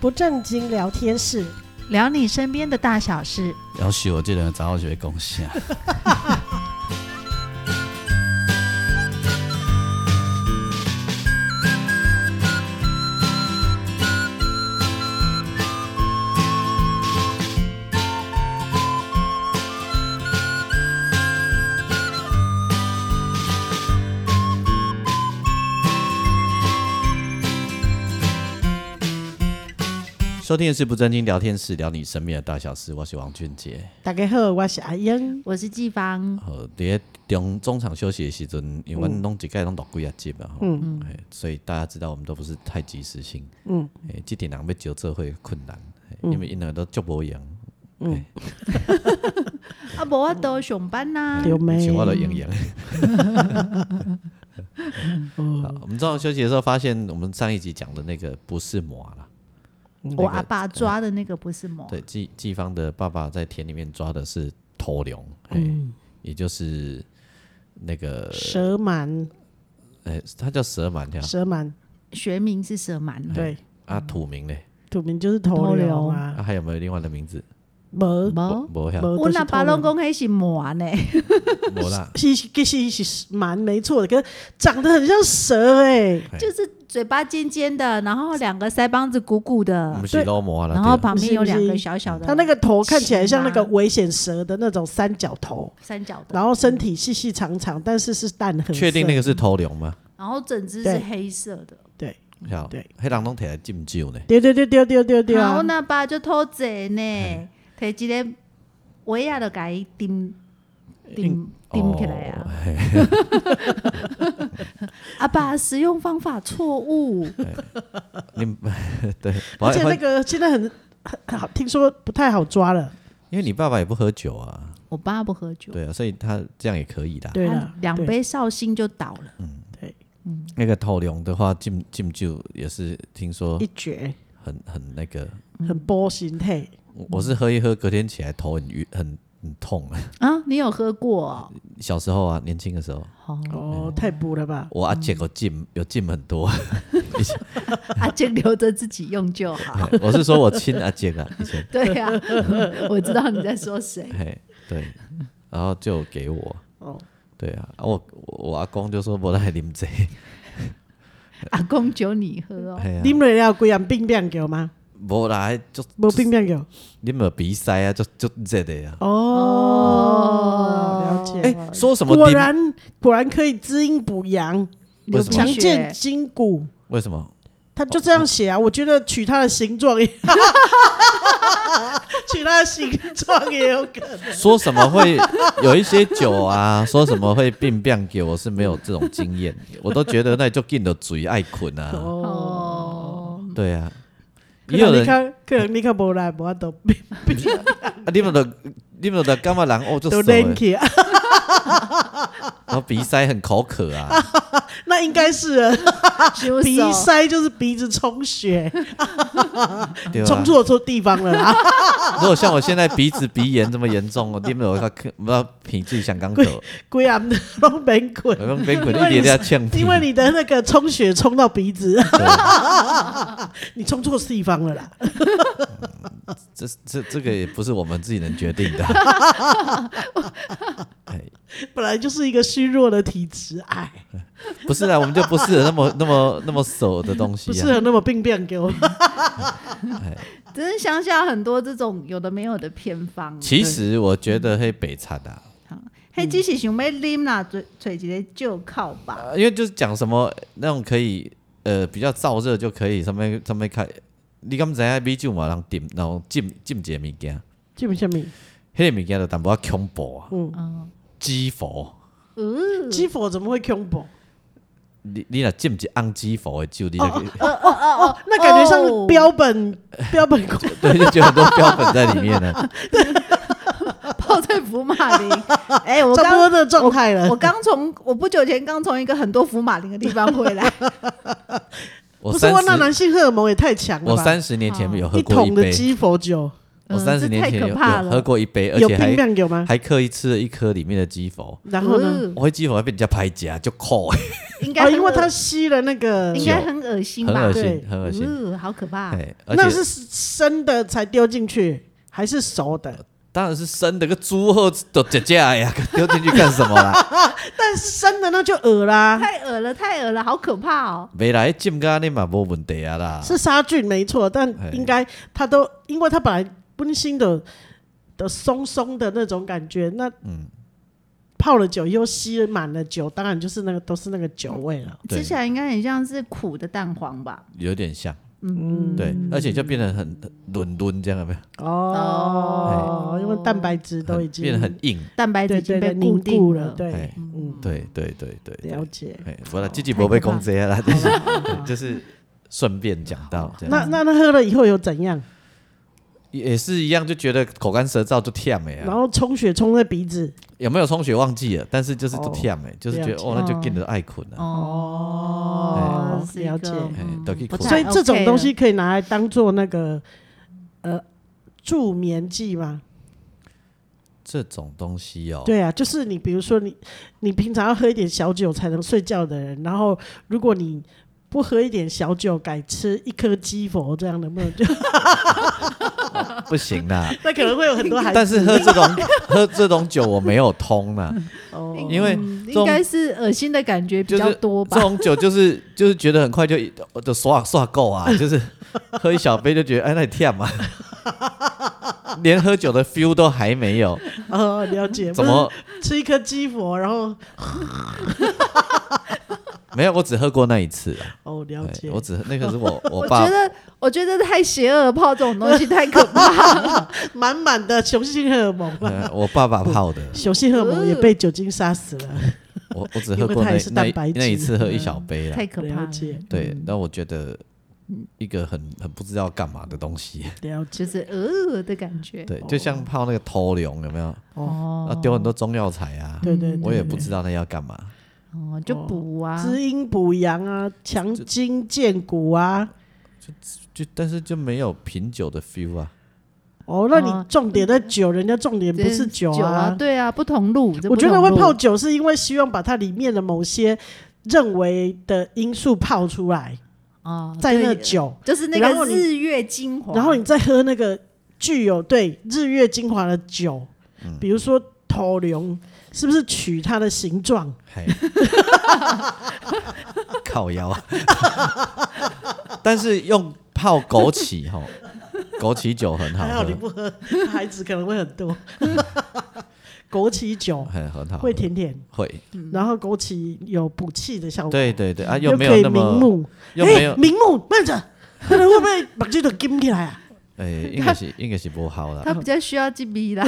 不正经聊天室，聊你身边的大小事。要许我这人早就会贡献。收听的是不正经聊天室，聊你身边的大小事。我是王俊杰。大家好，我是阿英。我是季芳，呃，伫咧中中场休息的时阵，因为阮拢一概拢录几啊集嘛，吼、嗯嘿所以大家知道我们都不是太及时性，嗯诶、这点人要纠正会困难，嘿因为因两都足无用，嗯，啊，无我都上班啊呐、对妹像我都用用。 哦好，我们中场休息的时候发现，我们上一集讲的那个不是魔啦，我阿爸抓的那个不是哦魔，对，季季芳的爸爸在田里面抓的是头龙，嗯，也就是那个，蛇蛮，诶、它叫蛇蛮呃呀，蛇蛮，学名是蛇蛮，对，啊，土名嘞，土名就是头头流流啊，啊，还有没有另外的名字？无哎无。无遐，无我那爸拢公讲迄是魔呢，无啦，是其实是蛮没错的，可是长得很像蛇哎，嘿就是嘴巴尖尖的，然后两个腮帮子鼓鼓的不，是老嗯魔啦，然后对旁边有两不个是小小的，它那个头看起来像那个是吗危险蛇的那种三角头，三角的，然后身体细细长长，但是是淡褐色。确定那个是头龙吗？然后整只是对黑色的。对晓，对，黑人拢摕来敬酒呢，丢丢丢丢丢丢丢然后啊！那爸就偷贼呢，摕一个围啊，就甲伊顶顶哎顶起来啊！哦，嘿 阿爸使用方法错误，你对，而且我那个现在很很很好，听说不太好抓了。因为你爸爸也不喝酒啊，我爸不喝酒，对啊，所以他这样也可以啦。对他了，两对杯绍兴就倒了。那个头龙的话，敬敬酒也是听说一绝，很很那个，很波形态。我我是喝一喝，隔天起来头很晕，很很痛 啊。啊，你有喝过哦？小时候啊，年轻的时候，哦，哦，太补了吧？我阿姐有敬有敬很多， 阿健留着自己用就好。我是说我亲阿姐 啊，以前对呀、我知道你在说谁。嘿，对，然后就给我，哦，对啊，啊我我我阿公就说不来啉这，阿公酒你喝哦，嘿啊啉了了，规人病病叫吗？无啦，就无病病叫。你们比赛啊，就就热的呀。哦，了哎、解。说什么果啉？然果然可以滋阴补阳，为流什鼻么强血健。筋骨。为什么？他就这样写啊，我觉得取他的形状也， 取他的形状也有可能。说什 么会有一些酒啊？说什么会病变给我是没有这种经验，我都觉得那就进的嘴爱困啊。哦，哦，对啊，可也有能你人啊，看，可能你看无来，无都病你们的你们的干嘛人哦就都熟 l 了 a，去啊，然后鼻塞很口渴啊，那应该是啊修鼻手塞就是鼻子充血，对啊吧充？错错地方了啦。 如果像我现在鼻子鼻炎这么严重，哦，你们有个不知道品质想刚口，规暗的拢免困，我用边滚一点点呛 因为你的那个充血充到鼻子， 你充错地方了啦。这这这个也不是我们自己能 决定的。哎，本来就是一个虚弱的体质，哎，不是啦，啊我们就不适合那么那么那么熟的东西不适啊。合那么病变给 我。真是乡下很多这种有的没有的偏方。其实我觉得黑北餐啊，嘿，只是想要啉啦，找找一个就靠吧。呃因为就是讲什么那种可以呃比较燥热就可以上面上面开，你敢知影米酒嘛，人点然后浸浸一个物件，基本下面，迄个物件就淡薄仔恐怖啊，嗯，激佛。基佛怎么会 combo？你你若浸一瓮激佛的酒，你就可以哦，那感觉像是标哦本标本 库对，就觉得很多标本在里面啊 呢。泡在福马林。哎，我差不多刚的状态了 我。刚从我不久前刚从一个很多福马林的地方回来，不我是三我那十男性荷尔蒙也太强了我吧？三十年前有喝一过桶的杯，基佛酒我嗯三这十年太前可有怕有了喝过一杯，而有且冰还量有吗？还刻意吃了一颗里面的鸡佛。 然后呢？嗯我会鸡佛还被人家拍夹，就扣应该哦，很恶、因为他吸了那个，应该很恶心很吧恶？对心，很恶心。呃好可怕！哎，而那且是生的才丢进去，还是熟的？当然是生的个猪后都姐姐哎呀， 丢进去干什么啦？但是生的那就恶啦，太恶了，太恶了，好可怕哦！没来浸咖你嘛无问题啊啦。是杀菌没错，但哎应该他都，因为他本来温馨的的松松的那种感觉，那泡了酒又吸满了酒，当然就是那个都是那个酒味了。对吃起来应该很像是苦的蛋黄吧？有点像，嗯，对，而且就变得很软软这样，有没有？哦，因为蛋白质都已很经变得很硬，蛋白质已对对经对被固凝定固了，对嗯哎，对对对对对。了解。哦哎，我啦，自己不被攻击 啦，但是就是顺便讲到，这样那那他喝了以后有怎样？也是一样，就觉得口干舌燥就忝哎然啊。后冲血冲在鼻子，有没有充血忘记了，但是就是就忝哎，就是觉了得解哦，那就跟着爱困了，哦，是一个了解哎，都去不困太所以这 OK 种了东西可以拿来当做那个呃助眠剂吗？这种东西哦，对啊，就是你比如说你你平常要喝一点小酒才能睡觉的人，然后如果你不喝一点小酒，改吃一颗鸡佛，这样能不能 就？不行啦。那可能会有很 多孩但子是喝这种 喝这种酒我没有通 啊啦，哦，因为嗯这应种该是恶心的感觉比就是较多吧这？种酒就是就是觉得很快就就刷刷够 啊，就是喝一小杯就觉得哎那你忝嘛， 连喝酒的 feel 都还没有， 哦，了解。怎么不是吃一颗鸡佛，然后没有？我只喝过那一次啊，哦，了对解我。只那个是 我我我爸觉 得，我觉得太邪恶了，泡这种东西太可怕了。满满的雄性荷尔蒙 啊，呃我爸爸泡的，雄性荷尔蒙也被酒精杀死了。呃我我只因喝为过它那也是那蛋白一质嗯那一次喝一小杯啦啊太，可怕了了，解，对，那我觉得一个很很不知道干嘛的东西，了解。就是呃的感觉。对，就哦像泡那个头龙有没有？哦啊，丢很多中药材啊，对对，对我也不知道那要干嘛，哦，就补啊，滋阴补阳啊，强筋健骨啊。就但是就没有品酒的 feel 啊。哦，那你哦重点在酒，人家重点不是酒酒啊。对啊，不同路。这我不觉同得会路泡酒是因为希望把它里面的某些认为的因素泡出来，哦，在那对酒，就是那然后个你日月精华，然后你再喝那个具有对日月精华的酒，嗯比如说头龙，是不是取它的形状？ 嘿，靠腰啊！但是用泡枸杞吼，枸杞酒很好还好你喝，不 喝，孩子可能会很多。 枸杞酒很很好喝，会甜甜，会，嗯然后枸杞有补气的效果，对对对啊，哦又又没可有以那明么，目，又没有哎，明目慢着，那人会不会把这头金起来啊？哎，应该是应该是不好啦，他比较需要 GB 啦，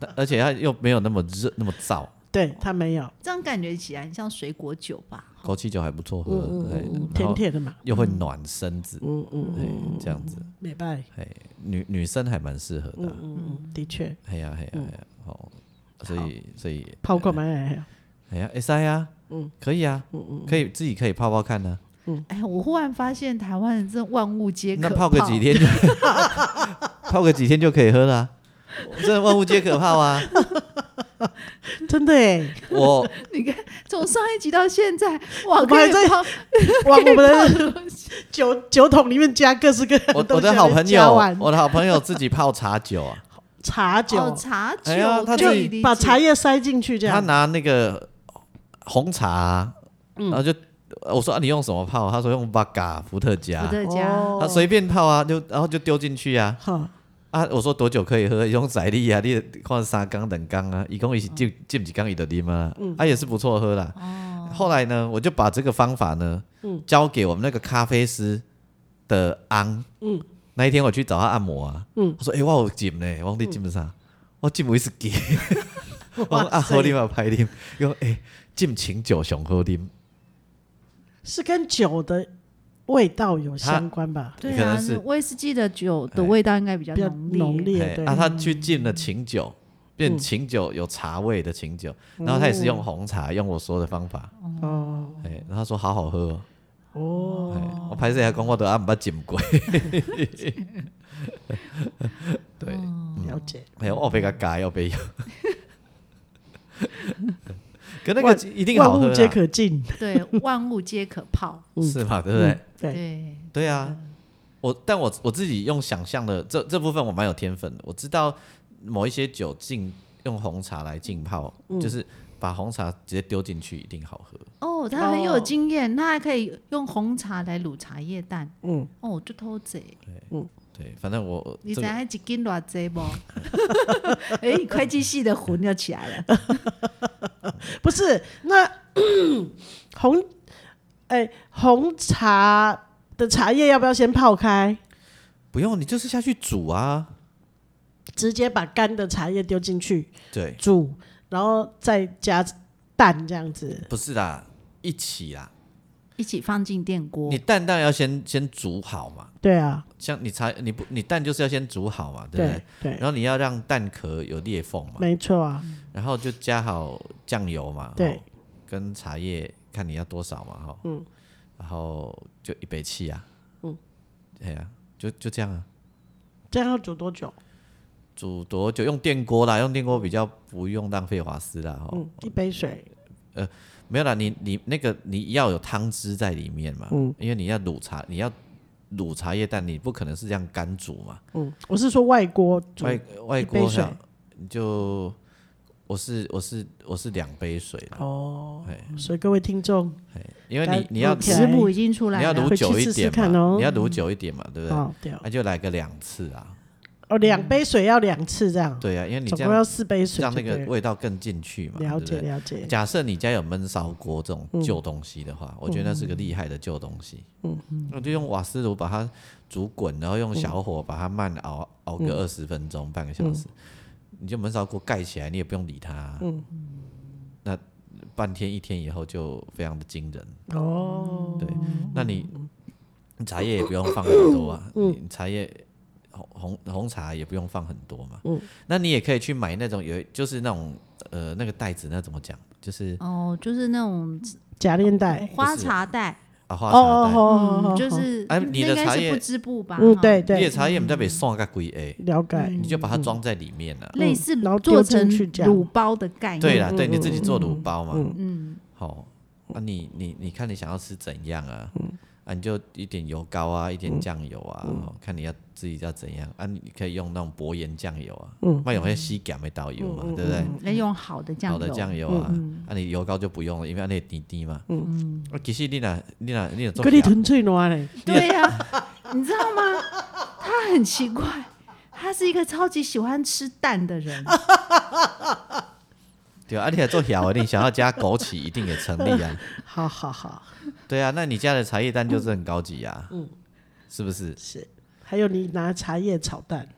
但而且它又没有那么热那么燥，对他没有，这样感觉起来很像水果酒吧？枸杞酒还不嗯错喝，哎然甜后甜的嘛，又会暖身子，嗯嗯，这样子，美白，哎，女女生还蛮适合的啊，嗯，的确，哎呀哎呀哎呀，好，所以所以泡过蛮哎，哎呀，S I 啊，嗯，可以啊，嗯嗯，可以自己可以泡泡看呢、啊嗯哎，我忽然发现台湾人真的万物皆可那泡个几天就 泡个几天就可以喝了、啊，真的万物皆可泡啊！ 真的哎，我你看，从上一集到 现在，哇，我们可以还在泡往我们的酒酒桶里面加各式各样我的东我西还 的没好朋加友完，我的好朋友自己泡茶酒啊，茶 哦酒，茶酒哎呀，他可自以己理把解茶叶塞进去这他样，拿那个红茶啊、然后就我说、啊、你用什么泡？他说用巴嘎伏特加伏，特加，哦他随便泡啊，就然后就丢进去啊。好，啊，我说多久可以喝？用载力啊，你看三缸两缸啊，一共一起进进几缸一的啉啊，啊也是不错喝啦。后来呢，我就把这个方法呢，交给我们那个咖啡师的昂，那一天我去找他按摩啊，我说诶，我有浸呢，我讲你浸啥？我浸威士忌， 我讲啊好啉啊歹啉，因为诶浸清酒上好啉，是跟酒的味道有相关吧？对可啊，能是哎威士忌的酒的味道应该比较比较浓浓烈。烈，嘿对嗯啊，他去进了琴酒，变琴酒有茶味的琴酒，然后他也是用红茶，用我说的方法，哦哎，然后他说好好喝哦，哦，哎，我拍摄还讲我都阿唔捌浸过， 对，哦了解。 哎，我被他改，我被，可那个一定好万喝物啦皆可进，对，万物皆可泡。嗯是嘛？对不对？嗯 对，对，对啊，我但我我自己用想象的这这部分我蛮有天分的，我知道某一些酒浸用红茶来浸泡，就是把红茶直接丢进去一定好喝。哦，他很有哦经验，他还可以用红茶来卤茶叶蛋。嗯，哦，我就偷贼，对，反正我你这知个道一斤偌济 不？哎，会计系的魂要起 来了。不是那 红哎、红茶的茶叶要不要先泡开？不用，你就是下去煮啊。直接把干的茶叶丢进去对，煮，然后再加蛋这样子。不是啦，一起啦。一起放进电锅你，蛋蛋要先先煮好嘛，对啊，像你才你不你蛋就是要先煮好嘛，对不对？对对，然后你要让蛋壳有裂缝嘛，没错啊，然后就加好酱油嘛，对吼跟茶叶看你要多少嘛，哈，嗯，然后就一杯气啊，嗯，哎呀、就就这样啊，这样要煮多久？煮多久用电锅啦，用电锅比较不用浪费瓦斯啦，哈、嗯，一杯水。没有啦，你你那个你要有汤汁在里面嘛，嗯，因为你要卤茶，你要卤茶叶蛋，你不可能是这样干煮嘛，嗯，我是说外锅煮，外外一锅杯水上你就我是我是我是两杯水啦，所以各位听众，嘿因为该你你要我你起食哦来谱已经出来要了卤。久一回去试试点看嘛哦，你要卤久一点嘛，对不对？哦，对哦，那就来个两次啊，哦，两杯水要两次这样，对啊，因为你总这共样要四杯水让就那对了，个味道更进去嘛，对了不解对？了解，假设你家有焖烧锅这种旧东西的话，我觉得那是个厉害的旧东西。嗯，那就用瓦斯炉把它煮滚，然后用小火把它慢熬熬个二十分钟、半个小时，你就焖烧锅盖起来，你也不用理它、嗯，那半天一天以后就非常的惊人。哦，对，那你你茶叶也不用放很多啊，嗯你茶叶红红红茶也不用放很多嘛。嗯那你也可以去买那种有就是那种呃那个袋子那怎么讲，就是哦，就是那种假链带，花茶袋，啊哦花茶哦袋。哦哦，嗯，哦就是哎那你的应茶该叶是不织布吧？嗯，哈对嗯你的对，茶叶我们在北送个龟 A，了解，你就把它装在里面了。类似嗯然后丢做成进去这样卤包的概嗯念。对啦，对你自己做卤包嘛，嗯，好，那你你你看你想要吃怎样啊？嗯啊，你就一点油膏啊，一点酱油啊，哦看你要自己要怎样啊？你可以用那种薄盐酱油啊，嗯那有些西咸的导油嘛，对不对？要用好的酱好油，的酱油嗯啊，啊你油膏就不用了，因为那滴滴嘛。嗯，其实你若你若你若做可你咸，吞脆暖嘞， 对呀、你知道吗？他很奇怪，他是一个超级喜欢吃蛋的人。对啊，啊你若做咸的，你想要加枸杞一定也成 立啊。好好好，对啊，那你家的茶叶蛋就是很高级啊，嗯，是不是？是，还有你拿茶叶炒蛋，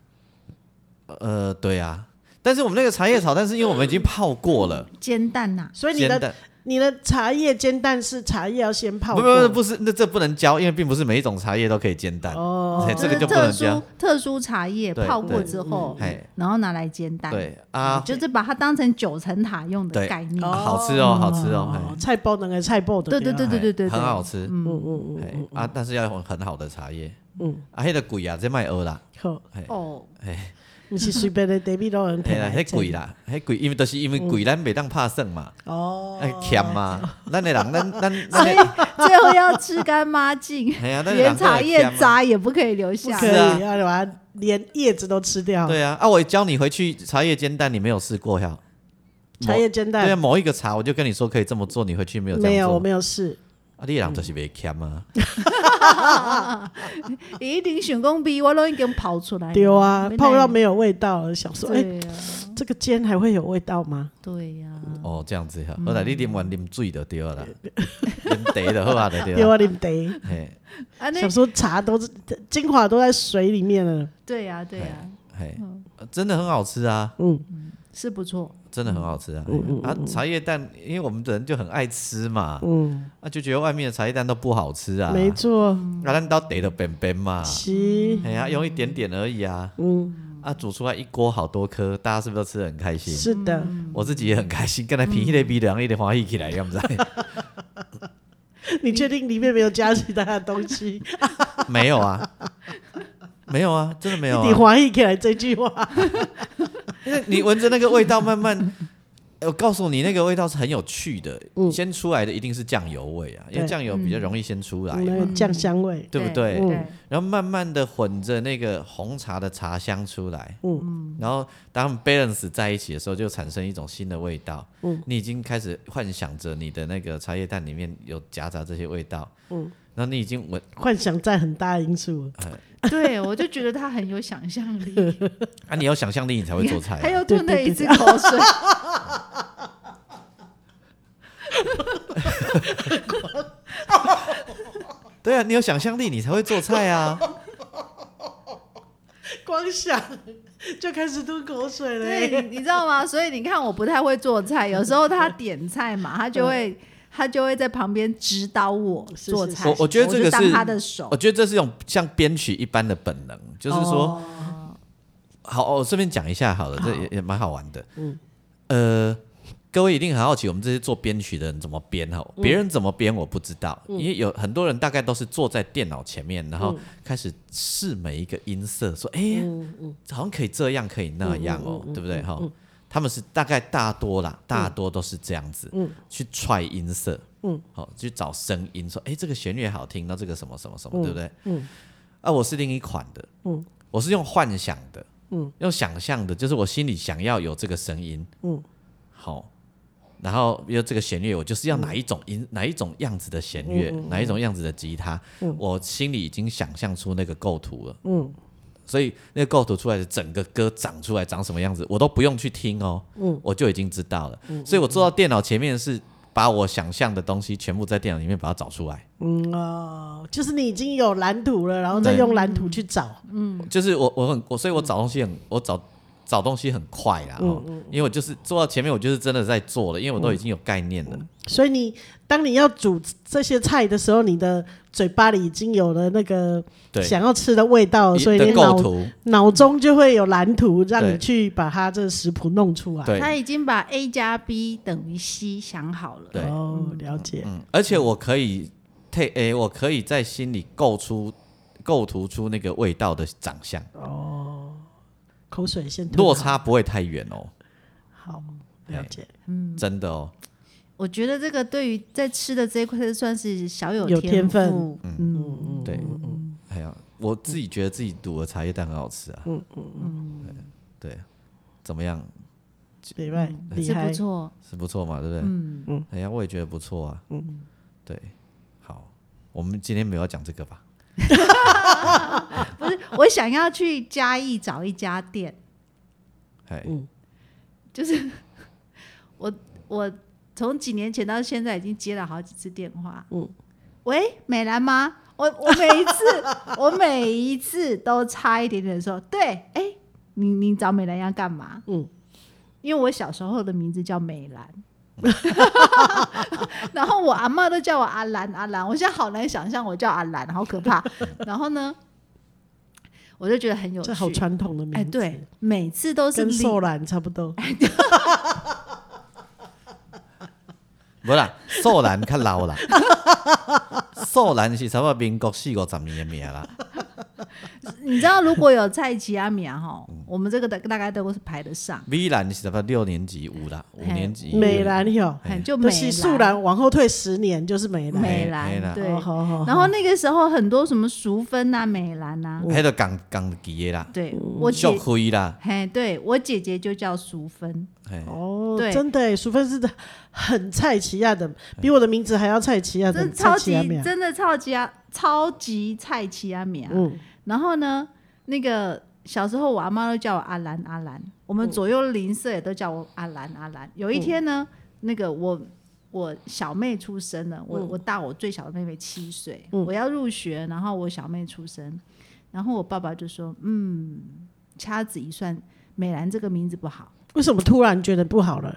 呃，对啊，但是我们那个茶叶炒蛋是因为我们已经泡过了，煎蛋呐、所以你煎的蛋，你的茶叶煎蛋是茶叶要先泡不过，不不不是，那这不能教，因为并不是每一种茶叶都可以煎蛋，哦哎，这个就不特能教殊。特殊茶叶对泡过之后对嗯，然后拿来煎蛋，哦对啊，就是把它当成九层塔用的对概念。啊好吃哦，好吃哦，哎哦，菜包那个菜包的，对对嗯对哎对很对好吃，嗯嗯嗯，啊，但是要用很好的茶叶，嗯，啊，那个贵啊，这卖鹅啦，好，哦，你是随便的 David 都能 嘿配啦，来迄整贵，啦，迄贵，因为都是因为贵，咱袂当拍算嘛，哦，哎，欠 嘛，咱的人，咱咱咱所以的，，最后要吃干抹净 哎呀，咱的人连茶叶欠嘛渣也不可以留不下可。是啊以，要把它连叶子都吃掉，对啊，啊，我教你回去茶叶煎蛋，你没有试过呀？茶叶煎对啊，蛋某一个茶我就跟你说可以这么做，你回去啊没有这没样有，做？我没有试，啊，你的人就是袂欠啊，一定选工比我都已经跑出来了。丢啊，哎没泡到耐没有味道了，想说，哎，对呀，这个煎还会有味道吗？对呀，哦，这样子嗯哈，后来你啉完啉水就对了啦， 啉茶就好啊，就 对丢了。啊，你们得。嘿，啊那想说茶都是精华都在水里面了，对呀对哎呀，嘿，嗯呃真的很好吃啊，是不错。真的很好吃啊。嗯啊，茶叶蛋，因为我们人就很爱吃嘛，嗯，啊，就觉得外面的茶叶蛋都不好吃啊，没错，嗯啊，咱到得的边边嘛，是哎呀，用一点点而已啊，嗯，啊，煮出来一锅好多颗，大家是不是都吃的很开心？是嗯的，嗯我自己也很开心，跟他平一类比两一点欢喜起来，要不然你确定里面没有加其他的东西？没有啊，没有啊，真的没有、你啊。怀疑起来这句话，因为你闻着那个味道，慢慢哎我告诉你，那个味道是很有趣的。嗯先出来的一定是酱油味啊，因为对嗯酱油比较容易先出来那嘛，个酱香味，对不对？嗯对，然后慢慢的混着那个红茶的茶香出来，哦嗯，然后当他们 balance 在一起的时候，就产生一种新的味道，嗯，你已经开始幻想着你的那个茶叶蛋里面有夹杂这些味道，嗯，然后你已经闻，幻想占很大因素啊了。 对我就觉得他很有想象 力，啊，你有想象力，你才会做菜、 还啊，有吞了一次口水，对啊，你有想象力，你才会做菜啊，光想就开始吐口水了欸。 对，你你知道吗？所以你看，我不太会做菜，有时候他点菜嘛，他就会他就会在旁边指导我是做是菜，嗯我我觉得这个就是哦当他的手我，觉得这是一种像编曲一般的本能，就是说，好，哦我顺便讲一下哦好了，这也也蛮好玩的。嗯，呃，各位一定很好奇，我们这些做编曲的人怎么编哈？别人怎么编我不知道，因为有很多人大概都是坐在电脑前面，然后开始试每一个音色，说，哎、好像可以这样，可以那样哦，对不对哈？他们是大概大多啦，大多都是这样子，去踹音色，嗯，好、去找声音，说，哎，这个旋律也好听，那这个什么什么什么，对不对？嗯，啊，我是另一款的，嗯，我是用幻想的，嗯，用想象的，就是我心里想要有这个声音，嗯，好、然后比如这个弦乐，我就是要哪一种音、哪一种样子的弦乐，哪一种样子的吉他，我心里已经想象出那个构图了，嗯，所以那个构图出来的整个歌长出来长什么样子，我都不用去听哦，嗯，我就已经知道了，所以我坐到电脑前面是把我想象的东西全部在电脑里面把它找出来，嗯哦，就是你已经有蓝图了，然后再用蓝图去找。就是我我很我，所以我找东西很我找找东西很快啦，哦，因为我就是坐到前面，我就是真的在做了，因为我都已经有概念了，所以你当你要煮这些菜的时候，你的嘴巴里已经有了那个对，想要吃的味道，所以的你脑构图，脑中就会有蓝图，让对你去把它这食谱弄出来。对他已经把 A 加 B 等于 C 想好了。对哦，了解。嗯，而且我可以 take 诶、我可以在心里构出构图出那个味道的长相，口水先吐落哎好差不会太远哦，好，了解。真的哦。我觉得这个对于在吃的这一块算是小有有天分赋嗯对，哎呀，我自己觉得自己煮的茶叶蛋很好吃啊。嗯嗯嗯，对，怎么样？对外厉是害嗯不，错。是不错嘛，对不对？嗯嗯，哎呀，我也觉得不错啊。嗯，对，好，我们今天没有要讲这个吧？不是，我想要去嘉义找一家店，哎，就是我我从几年前到现在已经接了好几次电话。嗯，喂，美兰吗？我我每一 次我每一次都差一点点说，对，哎、你你找美兰要干嘛？嗯嗯，因为我小时候的名字叫美兰。 然后我阿嬷都叫我阿兰阿兰，我现在好难想象我叫阿兰，好可怕。然后呢，我就觉得很有趣，这好传统的名字，哎，对，，每次都是跟李瘦兰差不多。不啦，素兰较老啦， 素兰是差不多民国四五十年的名啦。你知道，如果有蔡奇阿米啊，哈，嗯我们这个大大概都是排得上，米兰是差不多六年级五啦，五年级美兰哟，哎就美都是素兰兰往后退十年就是美兰。美美兰兰对。哦好好好然后那个时候很多什么淑芬啊、美兰啊，还得港港籍的啦，嗯对我姐小，辉啦，嘿，对我姐姐就叫淑芬，哎，哦对，真的耶，淑芬是很菜奇亚的，比我的名字还要菜奇亚的真的超菜啊奇亚级面。真的超级啊，超级蔡奇阿米啊。嗯，然后呢，那个小时候我阿妈都叫我阿兰阿兰，我们左右邻舍也都叫我阿兰阿兰。有一天呢，嗯那个我我小妹出生了，我、我大我最小的妹妹七岁，嗯我要入学，然后我小妹出生，然后我爸爸就说，嗯，掐指一算，美兰这个名字不好。为什么突然觉得不好了？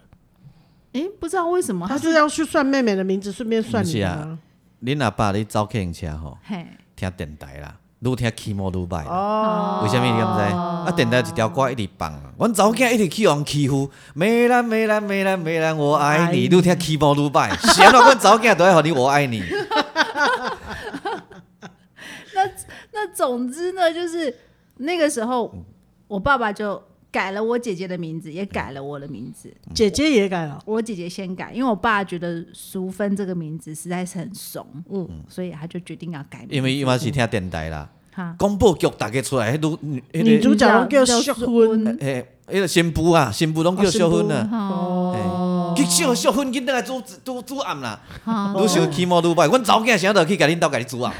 诶，不知道为什么，他他就要去算妹妹的名字，顺便算不是你啊吗？恁阿爸咧走客人车吼，嘿，听电台啦，愈听起毛愈歹啦。哦，为什么你敢知？啊，电台一条歌一直放啊，阮查某囝一直去互欺负，美兰美兰美兰美兰，我爱你，愈听起毛愈歹。 是啊，阮查某囝都爱互你我爱你。那总之呢，就是那个时候，我爸爸就改了我姐姐的名字，也改了我的名字。姐姐也改了，我姐姐先改，因为我爸觉得淑芬这个名字实在是很怂，嗯，所以他就决定要改名字。因为伊嘛是听电台啦，哈，广播剧大家出来，迄女女迄主角拢叫淑淑芬，个诶，迄个新妇啊，新妇拢叫小芬啊，哦，去小小芬囡仔来煮煮煮暗啦，哈愈小起毛愈歹，阮查某囝啥都去甲恁兜甲你 煮暗，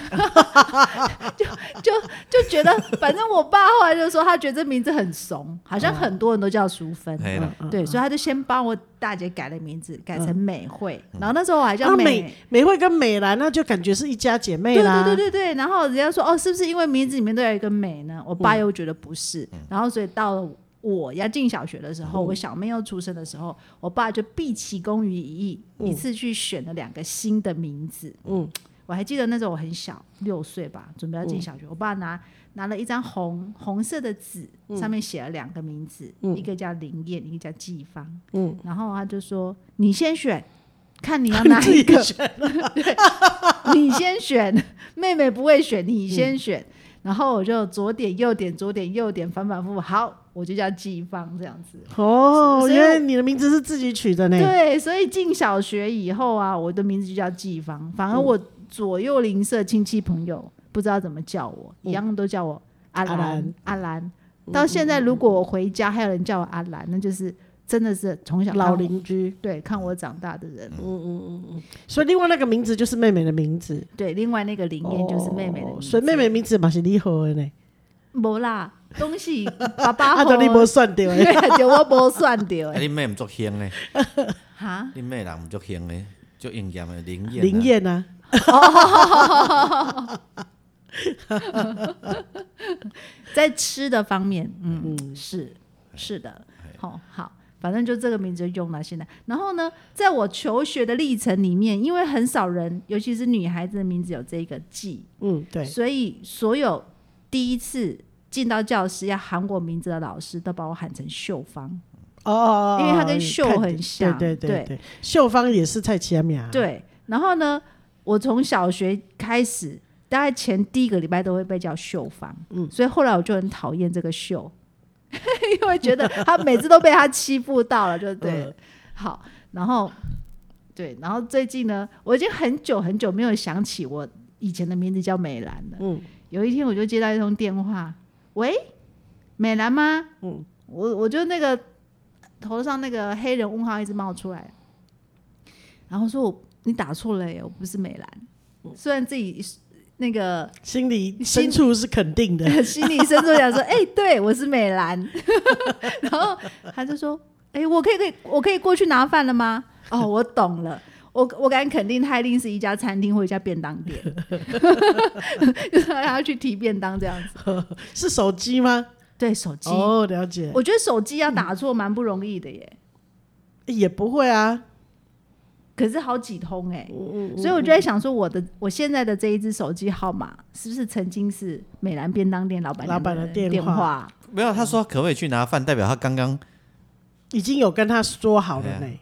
就就觉得，反正我爸后来就说，他觉得这名字很怂，好像很多人都叫淑芬。嘿啦，对，嗯所以他就先帮我大姐改了名字，改成美惠。嗯然后那时候我还叫那美啊美，美惠跟美兰那就感觉是一家姐妹对啦，对对对对。然后人家说，哦，是不是因为名字里面都有一个美呢？我嗯爸又觉得不是。然后所以到了我要进小学的时嗯候，我小妹要出生的时候，我爸就毕其功于一役，一次去选了两个新的名字。嗯我还记得那时候我很小，六岁吧，准备要进小学。我爸拿拿了一张红红色的纸，嗯上面写了两个名字，一个叫林燕，一个叫季芳。嗯，然后他就说：“你先选，看 你要哪一个。对， 你先选，妹妹不会嗯选，你先选。然后我就左点右点左点右点反反复复，好，我就叫季芳这样子。哦，所以原来你的名字是自己取的呢。对，所以进小学以后啊，我的名字就叫季芳，反而我左右邻舍亲戚朋友不知道怎么叫我，一样都叫我阿嗯阿兰兰嗯阿兰。到现在，如果我回家还有人叫我阿兰，那就是真的是从小看老我邻嗯居，对看我长大的人。所以另外那个名字就是妹妹的名字，对，另外那个林燕就是妹妹的名哦字，所以妹妹名字嘛是你好的呢，没啦，东西爸爸 啊，好都你无算 对的， 对，就我没算到啊的 恁妹毋足兴咧，哈。恁妹人毋足兴咧，足应验诶，灵验啊。林燕啊，在吃的方面，嗯，是是的，好、好，反正就这个名字就用到现在。然后呢，在我求学的历程里面，因为很少人，尤其是女孩子的名字有这个“季嗯，”，对，所以所有第一次进到教室要喊我名字的老师都把我喊成秀芳，哦哦，哦因为它跟秀看很像对对对对对，秀芳也是蔡奇亚米啊，，对。然后呢，我从小学开始。大概前第一个礼拜都会被叫秀芳，嗯，所以后来我就很讨厌这个 秀，因为觉得他每次都被他欺负到了，就对嗯了。好，然后对，然后最近呢，我已经很久很久没有想起我以前的名字叫美兰了。嗯，有一天我就接到一通电话，喂，美兰吗？嗯，我我就那个头上那个黑人问号一直冒出来，然后说我你打错了耶，我不是美嗯兰，虽然自己那个心里深处是肯定的， 心理深处想说，哎、对我是美兰， 然后他就说，哎、我可以可以，我可以过去拿饭了吗？哦，我懂了。我我敢肯定，他一定是一家餐厅或一家便当店，就是他要去提便当这样子。 是手机吗？对手机，哦，了解，我觉得手机要打错蛮不容易的耶，也不会啊，可是好几通哎，哦所以我就在想说，我的我现在的这一只手机号码是不是曾经是美兰便当店老板娘老板的电电话话？没有，他说可不可以去拿饭，代表他刚刚已经有跟他说好了哎呢呀。对嗯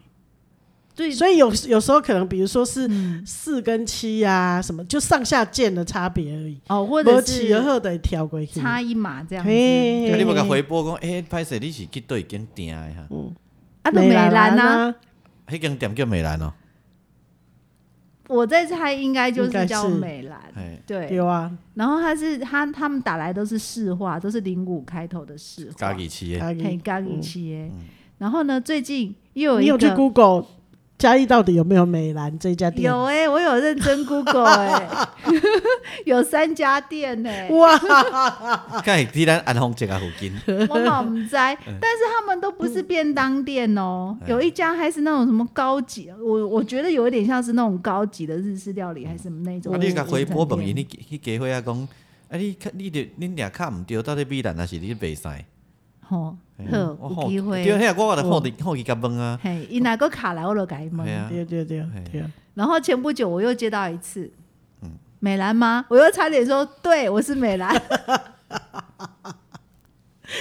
所以有有时候可能，比如说是四跟七呀、什么就上下键的差别而已，哦，或没者起而是后得调过去。差一码这样子。嘿啊对你无甲回拨讲，诶，歹势，你是去对间店的哈？啊，都美兰呐、啊，啊，迄间店叫美兰哦，我在猜应该就应该是叫是美兰。嘿，对，有啊，然后他是他他们打来都是市话，都是零五开头的市话，家己饲的，阿嘿姨，咖喱七耶。嗯然后呢，最近嗯又有你一有去个 Google 啊嘉义到底有没有美兰这家店？有哎、我有认真 Google 哎、 有三家店哎呢、哇，啊敢会伫咱安丰这个附 近，我嘛唔知， 但嗯是他们都不是便当店哦、有一家还是那种什么高级，我我觉得有一点像是那种高级的日式料理，还是什么那种。啊，你甲回拨问伊，嗯你去家伙啊讲，啊，你较你着恁俩较毋对，到底美兰还是你袂使？吼，哎嘿好，哦我有好机对，会。哦遐我我着好奇好奇甲问啊，嘿，伊哪个卡来我就改问嘿。啊，对对对对，然后前不久我又接到一次，嗯美兰吗？我又差点说，对我是美兰，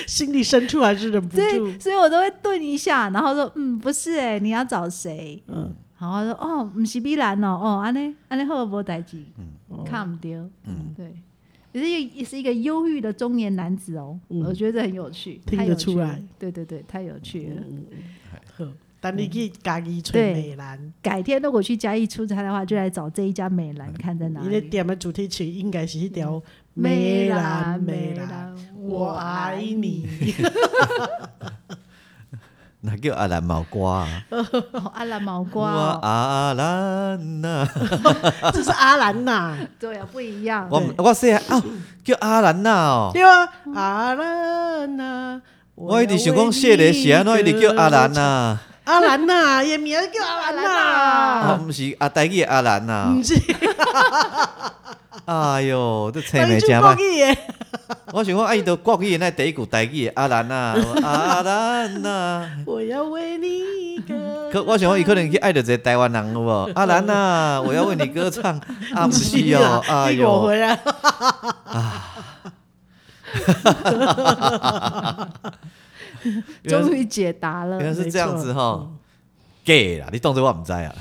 心里深处还是 忍不所住以。所以我都会顿一下，然后说，嗯，不是哎、你要找谁？嗯，然后说，嗯哦，不是美兰哦，哦，安尼安尼好无代志，看唔到，对。也是一个也是一个忧郁的中年男子哦，我觉得很有趣，嗯听太得有出趣了来，嗯对对对，太有趣了。好，等你去家己找美兰，改天如果去嘉义出差的话，就来找这一家美嗯兰看在哪伊咧里。点的主题曲应该是迄条美兰兰，美兰，兰，我爱你。 那叫阿兰毛瓜啊，哦， 阿拉毛我瓜哦，阿兰呐，啊这是阿兰呐，对啊，不一样。我对我说啊，叫阿兰呐哦，对啊，阿兰呐。我一直想要为讲谢雷是安你怎一直叫阿兰呐，阿兰呐，伊名叫阿兰啊，呐，毋是阿呆的阿兰呐毋，是，哎哟，这册人名就真讲歹。伊诶，啊我想讲，啊，伊都国语的那第一句台语啊的阿兰呐，阿兰呐。 我要为你歌。可我想讲，伊可能去爱着一个台湾人有无？阿兰呐，我要为你歌唱。不啊，毋是哦， 哎你误哟，会啊，终于解答了原，来是这样子没吼。gay 啦，你当作我毋知啊。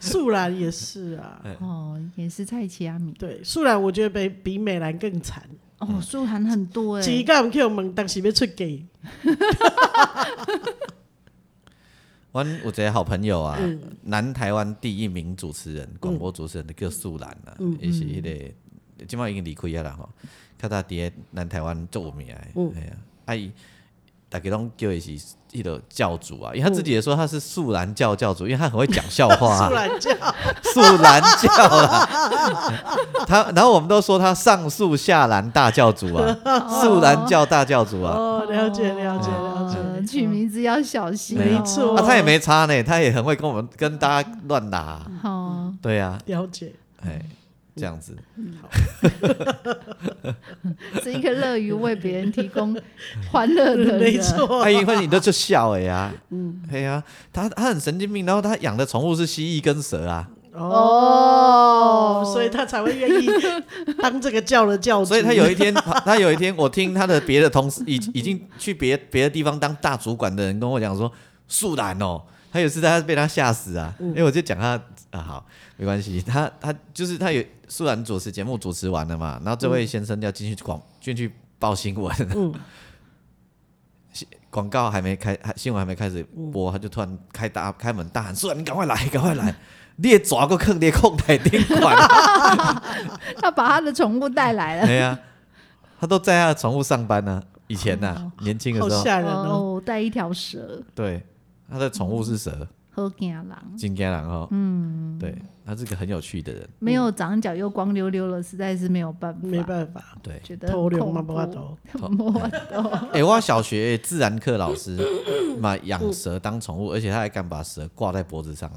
素兰也是啊，嗯哦，也是蔡奇阿米。对，素兰我觉得比比美兰更惨，嗯哦，素涵很多哎、一个人去问，当时要出嫁，阮有一个好朋友啊，嗯南台湾第一名主持人、广播主持人叫素兰啊，嗯伊是迄个，即摆已经离开啊啦吼。较早伫咧南台湾做有名诶，嗯哎呀，啊伊大家拢叫伊是迄个教主啊，因为他自己也说他是素兰教教主，因为他很会讲笑话 素啊，兰叫 素兰教啦。 他然后我们都说他上素下兰大教 主啊，素兰教大教主啊，哦，了解了解哦了呃解，取名字要小心、哦，没错啊他也没差呢，他也很会跟我们跟大家乱打啊，哦，对啊。了解，哎，这样子，是一个乐于为别人提供欢乐的人，没 错，哎，因为你都就笑哎呀，嗯，哎呀，他他很神经病，然后他养的宠物是蜥蜴跟蛇啊，哦，所以他才会愿意当这个教的教主，所以他有一天， 他他有一天，我听他的别的同事已已经去别别的地方当大主管的人跟我讲说，素然哦。他有一次，他被他吓死啊！因为我就讲他啊，好，没关系。他他就是他有素然主持节目主持完了嘛，然后这位先生要进去广进去报新闻，嗯 广告还没开，还新闻还没开始播，他就突然开大开门大喊：“素然，你赶快来，赶快来！你的爪个坑，你的空台顶管。啊他把他的宠物带”来 了。对哎呀，他都在他的宠物上班呢、以前呐、年轻的哦好时候，吓人哦，哦，带一条蛇，对，他的宠物是蛇，嗯喝惊狼，金刚狼哦。嗯，对，他是个很有趣的人。没有长脚又光溜溜了，实在是没有办法，嗯没办法，对，觉得偷很流恐嘛，怖不怕偷， 摸不到哎、我小学自然课 老师嘛养蛇当宠物，而且他还敢把蛇挂在脖子上。啊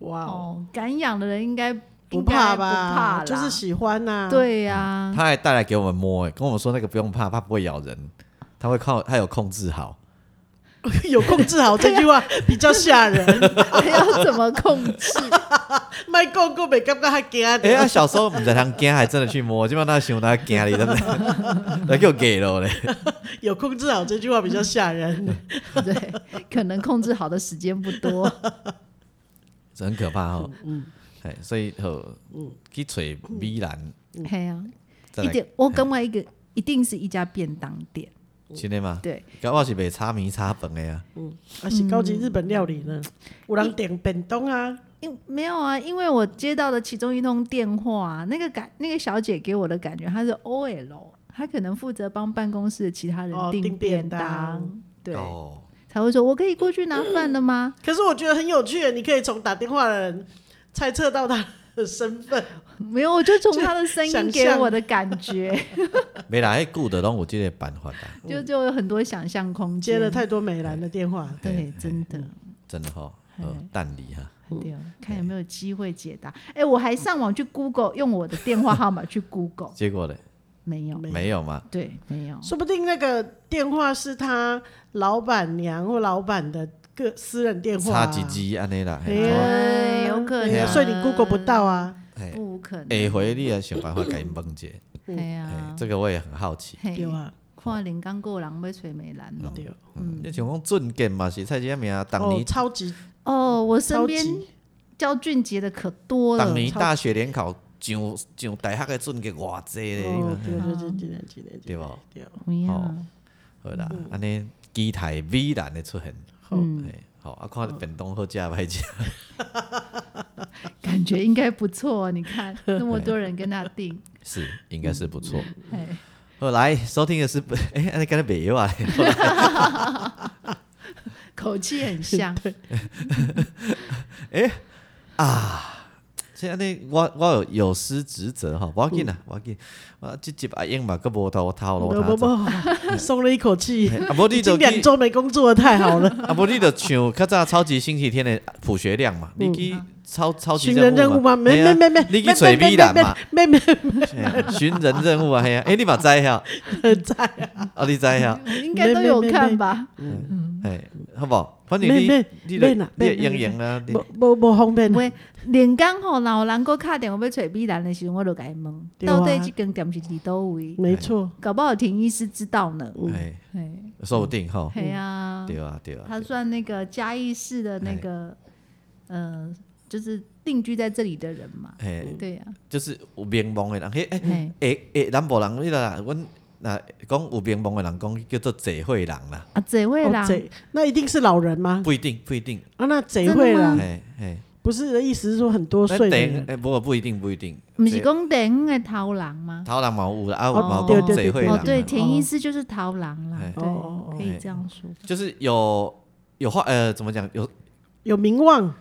哇哦，哦，敢养的人应该不怕应该不怕吧？啦就是喜欢啊呐，，对呀， 他还带来给我们摸、哎，跟我们说那个不用怕，它不会咬人，它会靠它有控 制好。有控制好这句话啊比较吓人， 要怎么控制？卖讲讲袂感觉较惊哎、欸，啊的，小时候唔知通惊，还真的去摸，基本上想他惊你，真的， 来给我给了嘞。有控制好这句话比较吓嗯人，对，可能控制好的时间不 多。这很可怕哦。嗯，哎，所以吼，去找米兰，嗯嘿呀，再一来，点，我跟我一个一定是一家便当店，真的嗯吗？对，搞我是被炒米炒饭的呀。而且啊高级日本料理呢，有人点本东啊，因没有啊，因为我接到的其中一通电话、啊那个感那个小姐给我的感觉，她是 OL，她可能负责帮办公室的其他哦订人便便当对，哦，才会说我可以过去拿饭了 吗？可是我觉得很有趣，你可以从打电话的人猜测到他的身份，嗯没有，我就从她的声想音给象我的感觉，没啦，迄久的拢有这个办法啦， 就就有很多想象空接间。了太多嗯美兰的电话，对，真的。真的吼，呃，蛋离哈，嗯对哦，看有没有机会解答。哎、我还上网去 Google，用我的电话号码去 Google，结果嘞，没有，没没有嘛，对，没有。说不定那个电话是他老板娘或老板的个私人电话、差啊，几哎几安尼啦。哎嘿哦呀，对有可能对啊所以你 Google 不到啊。嘿不可能。下回你也想办法给因问者，哎嘿呀，这个我也很好奇。嘿对啊，嗯看林刚过人要吹梅兰嗯哦。对，啊你像讲俊健嘛是蔡佳明啊，当哦年，超级哦，我身超边级教俊杰的可多了当。年大学联考上上大学的阵计偌济咧，哦，对对对，真的真的真对的，无？对，有影哦好好啦，安尼机台美然的出现，好，嘿好啊，看便当好食 歹食，感觉应该不错、哦。你看那么多人跟他订，是应该是不错。哎，后来收听的是， 哎，安尼敢若袂有啊？ 口气很像。所以安尼，我我有有失职责吼，无要紧啦，嗯无要紧。我即集啊阿英嘛，佫无头头路不他不走。不， 松了一口气，嘿啊，无 你已就经两去，周没工作了，太好了，啊，无你就像 较早超级星期天的朴学亮嘛，你去超超嗯级寻人任务吗？没嘿啊没没没，你去找美人嘛，没没嘿啊寻人任务啊，嘿啊，哎，你嘛知晓，没在，啊，你知晓，我应该都有看吧？哎，好不好？反正没你没你没就啦你没应用啊， 你不不不方便不，会，连刚吼，若有人搁敲电话要找美兰的时候，我就甲伊问，对啊到底这间店是伫倒位？没错，搞不好田医师知道呢。哎，嘿，说不定吼，嘿啊，对啊，对啊，他算那个嘉义市的那个，呃，就是定居在这里的人嘛。哎，对啊呀，就是有面盲的人，嘿，哎。嘿，诶诶，咱无人迄个啦，阮若讲有名望的人讲叫做贼会人啦，啊，这位啦哦，贼那一定是老人吗？不一定，不一定，啊，那贼会啦嗯，嘿嘿，不是的意思是说很多咱岁的第人，诶，无不一定，不一定，不是讲顶的头狼吗？头人嘛有啦，啊，哦嘛对有对贼会对哦人，，对，嘛，田医师就是头狼啦嘿，对哦哦哦，可以这样说。就是有有话呃，怎么讲，有有名望，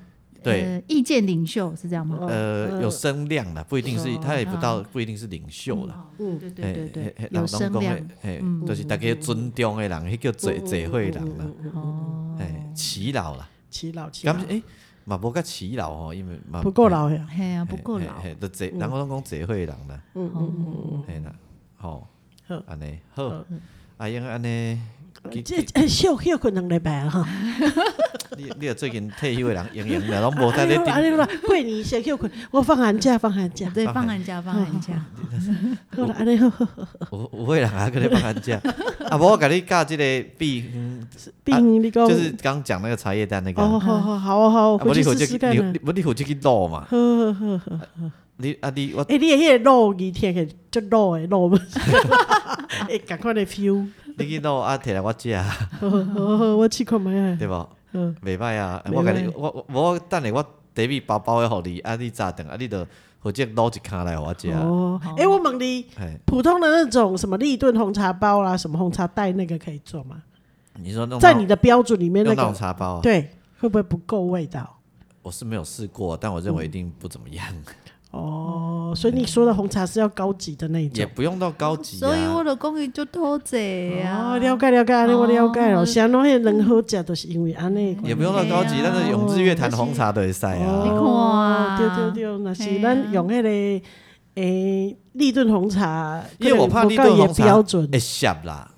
对呃，意见领袖是这样吗？呃有声量啦，不一定是哦他也不到，不一定是领袖啦。嗯，对对嘿对嘿嘿对，人有拢声讲量的，嘿，嗯就是大家尊重的人，迄叫哦贼贼会人啦，哦。嘿，祈老啦，祈嗯老祈咁老，诶，嘛无甲祈老吼，因为嘛不够老呀，嘿啊，不够嘿老。哦嘿就坐，人讲拢讲坐岁人啦，嗯嗯嘿啦，吼好，安尼好，阿英安尼，嗯，去这哎休休困两礼拜啊哈。你你有最近退休的人，英英的拢无在 哎咧呦，哎顶，呦啦，过年先休困，我放寒假，放寒假。嗯对，放放寒寒假，放寒 假，好了，安尼好，好好有有岁人还搁咧放寒假，啊，无我甲你教即个避，嗯冰你讲，就是刚讲那个茶叶蛋那个，哦，啊，好好好哦好，我无回你去回试去试你看啊你。无你回去去卤嘛，呵呵呵，你啊你我哎，你的迄个肉鱼天个，就肉诶肉嘛，哎，赶快来 feel，你去卤啊，摕来我食，好好好好，我试看卖对无？嗯袂歹啊，袂歹我甲你我我我等下我底米包包的互你，啊你炸顿啊你就或者卤一卡来互我食，啊哦，哎，我问你，嘿。普通的那种什么立顿红茶包啦，什么红茶袋那个可以做吗？你说弄在到你的标准里面，那用那种个茶包啊？对会不会不够味道？我是没有试过，但我认嗯为一定不怎么样，哦，所以你说的红茶是要高级的那一也种。不用到高级所以我啊。的公寓就偷贼啊哦，。了解了解，安尼我了解哦了。像那些人好食，都是因为安尼的关系。也不用到高级哎，呀但是永日月潭红茶都会晒啊。哦你看对对对，若嘿是啊咱用迄个诶立顿红茶，因为我怕可立能顿不够红也茶哎标准会，涩啦，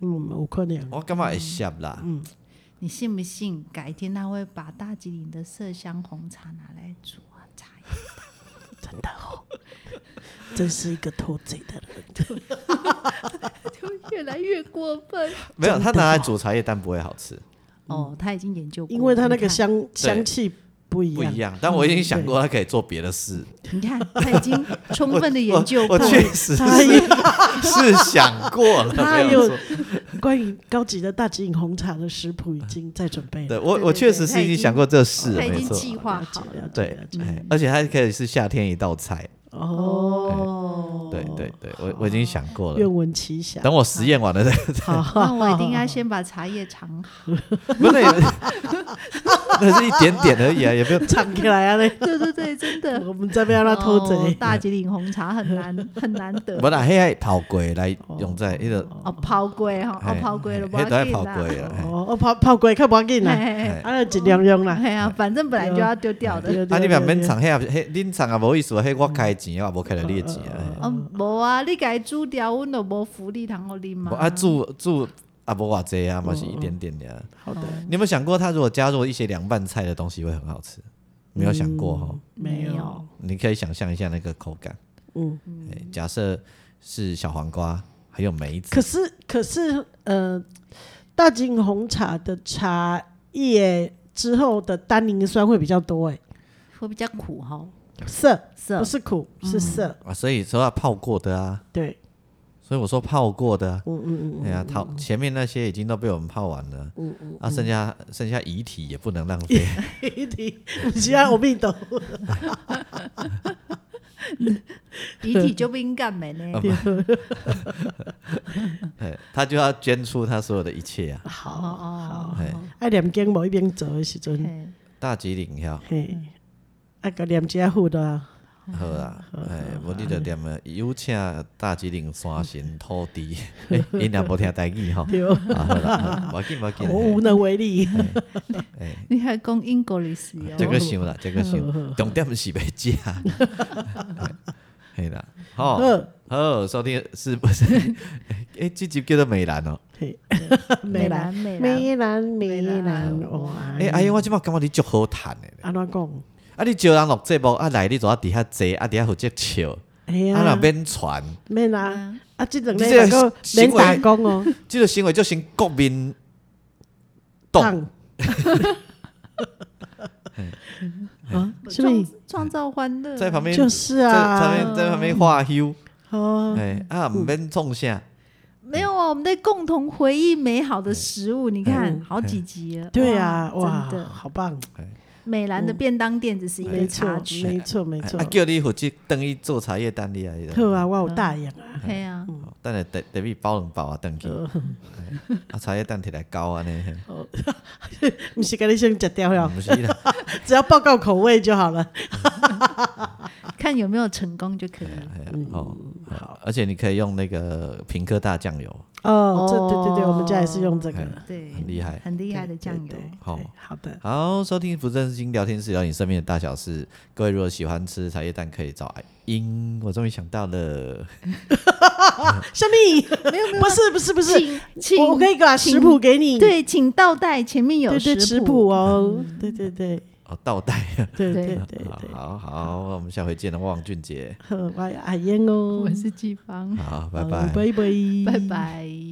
嗯，有可能。我感觉会涩啦。嗯你信不信？改天他会把大吉岭的麝香红茶拿来煮啊，茶叶真的哦，真是一个偷贼的人。 就越来越过分。没有，真它的拿来煮茶叶蛋不会好吃，哦，他已经研究过了，因为它那个你看，香香气不一不样嗯一。样。但我已经想过，它可以做别的事。你看他已经充分的我研究过。我确实它是是想 过了，它没有有错。关于高级的大吉岭红茶的食谱已经在准备了。对我对我对确实是它已已经经想过这事了，他已没经错。计划了解好了了。嗯解对了，解。哎而且它可以是夏天一道菜。哦，哦，对对对，我我已经想过了。愿闻其详。等我实验完了再好，那好我一定要先把茶叶尝好。不 是那也，那是一点点而已啊，也没有。唱起来 啊嘞！对对对，真的。我们这边让他偷哦贼。大吉岭红茶很难很难得无啦，迄个跑过来用在迄个，哦，抛龟哈，哦嘿抛龟了，不嘿要都在紧跑啦过啊。哦，我泡泡过较无要紧嘿啦，嘿啊，尽量用啦。嘿啊，反正本来就要丢掉的。对啊，你对别免对藏迄个，迄恁藏也无意思，迄嗯我开钱，我也无开了你的钱啊。哦，无啊，你家煮掉，阮就无福利通互你嘛无。啊，住住啊，无偌济啊，嘛是嗯一点点的啊。好的，你有没有想过，他如果加入一些凉拌菜的东西会很好吃？没有想过哈，没没有有，你可以想象一下那个口感。嗯。哎假设是小黄瓜，还有梅子，可是可是呃，大金红茶的茶叶之后的单宁酸会比较多哎、会比较苦哈。涩涩不是苦是涩，啊，所以说要泡过的啊，对， 所以我说泡过的、啊，嗯嗯哎呀，泡前面那些已经都被我们泡完了，啊，剩下剩下遗体也不能浪 费，嗯，一题，你喜欢我命懂，遗体就不应该没呢。哎他就要捐出他所有的一切啊，哦好，哦，哎，爱念经某一边走的时阵，嘿大吉岭呀，嘿，啊个念家户的啊，好啦，嗯哎，无你就念啊，有请大吉岭山神土 地，哎因俩无听台语吼，对，啊，好啦，好啦无要紧无要紧我，无能为力，你还讲 English 哦？这个想啦，这个想，重点是要食，嘿啦，好。呵，好，收听是不是？ 哎、这集叫做美兰哦、嘿，美 美兰兰美兰，美兰美美兰兰，哇，诶，哎、阿英，我即摆感觉你足好趁的咧。安怎讲？啊，你招人录节目，啊来，你就啊底下坐，啊底下负责笑，哎啊若呀，免传，免啦，啊，即两你这个个免行为打工哦，即个行为就成国民党。当 哎啊，是不是？创造欢乐，在旁边，就是在旁啊，边在旁边画休，哦，哎啊，毋免创啥，没有啊，我们在共同回忆美好的食物。你看，好几集了。嗯对啊，哇哇真，的，好棒，美兰的便当店只是一个没错插，曲。没错，没哎错啊，，叫你负责等于做茶叶蛋你啊，那好个啊，我有答应啊，对啊，哦等下得得必包两包啊，等去，呃哎啊茶叶蛋摕来搞安 尼，嘿不是给你先吃掉了，毋是啦，只要报告口味就好了。看有没有成功就可以了。哎呀嗯哦，好，而且你可以用那个平科大酱油，哦，这对对对，哦我们家也是用这个，哎对，很厉害。很厉害的酱油对。对好对好的，好，收听不正经聊天室，聊你身边的大小事。各位如果喜欢吃茶叶蛋，可以找阿英。我终于想到了，小 米，没有没有，不是不是不是，请请我我可以把请食谱给你，对，请倒带，前面有对对，食谱哦，对对对哦，倒带。对对对对对，哎好好，我们下回见了，王俊杰。嗯好，我要阿燕哦我，是季芳，好，嗯嗯好拜拜，拜拜。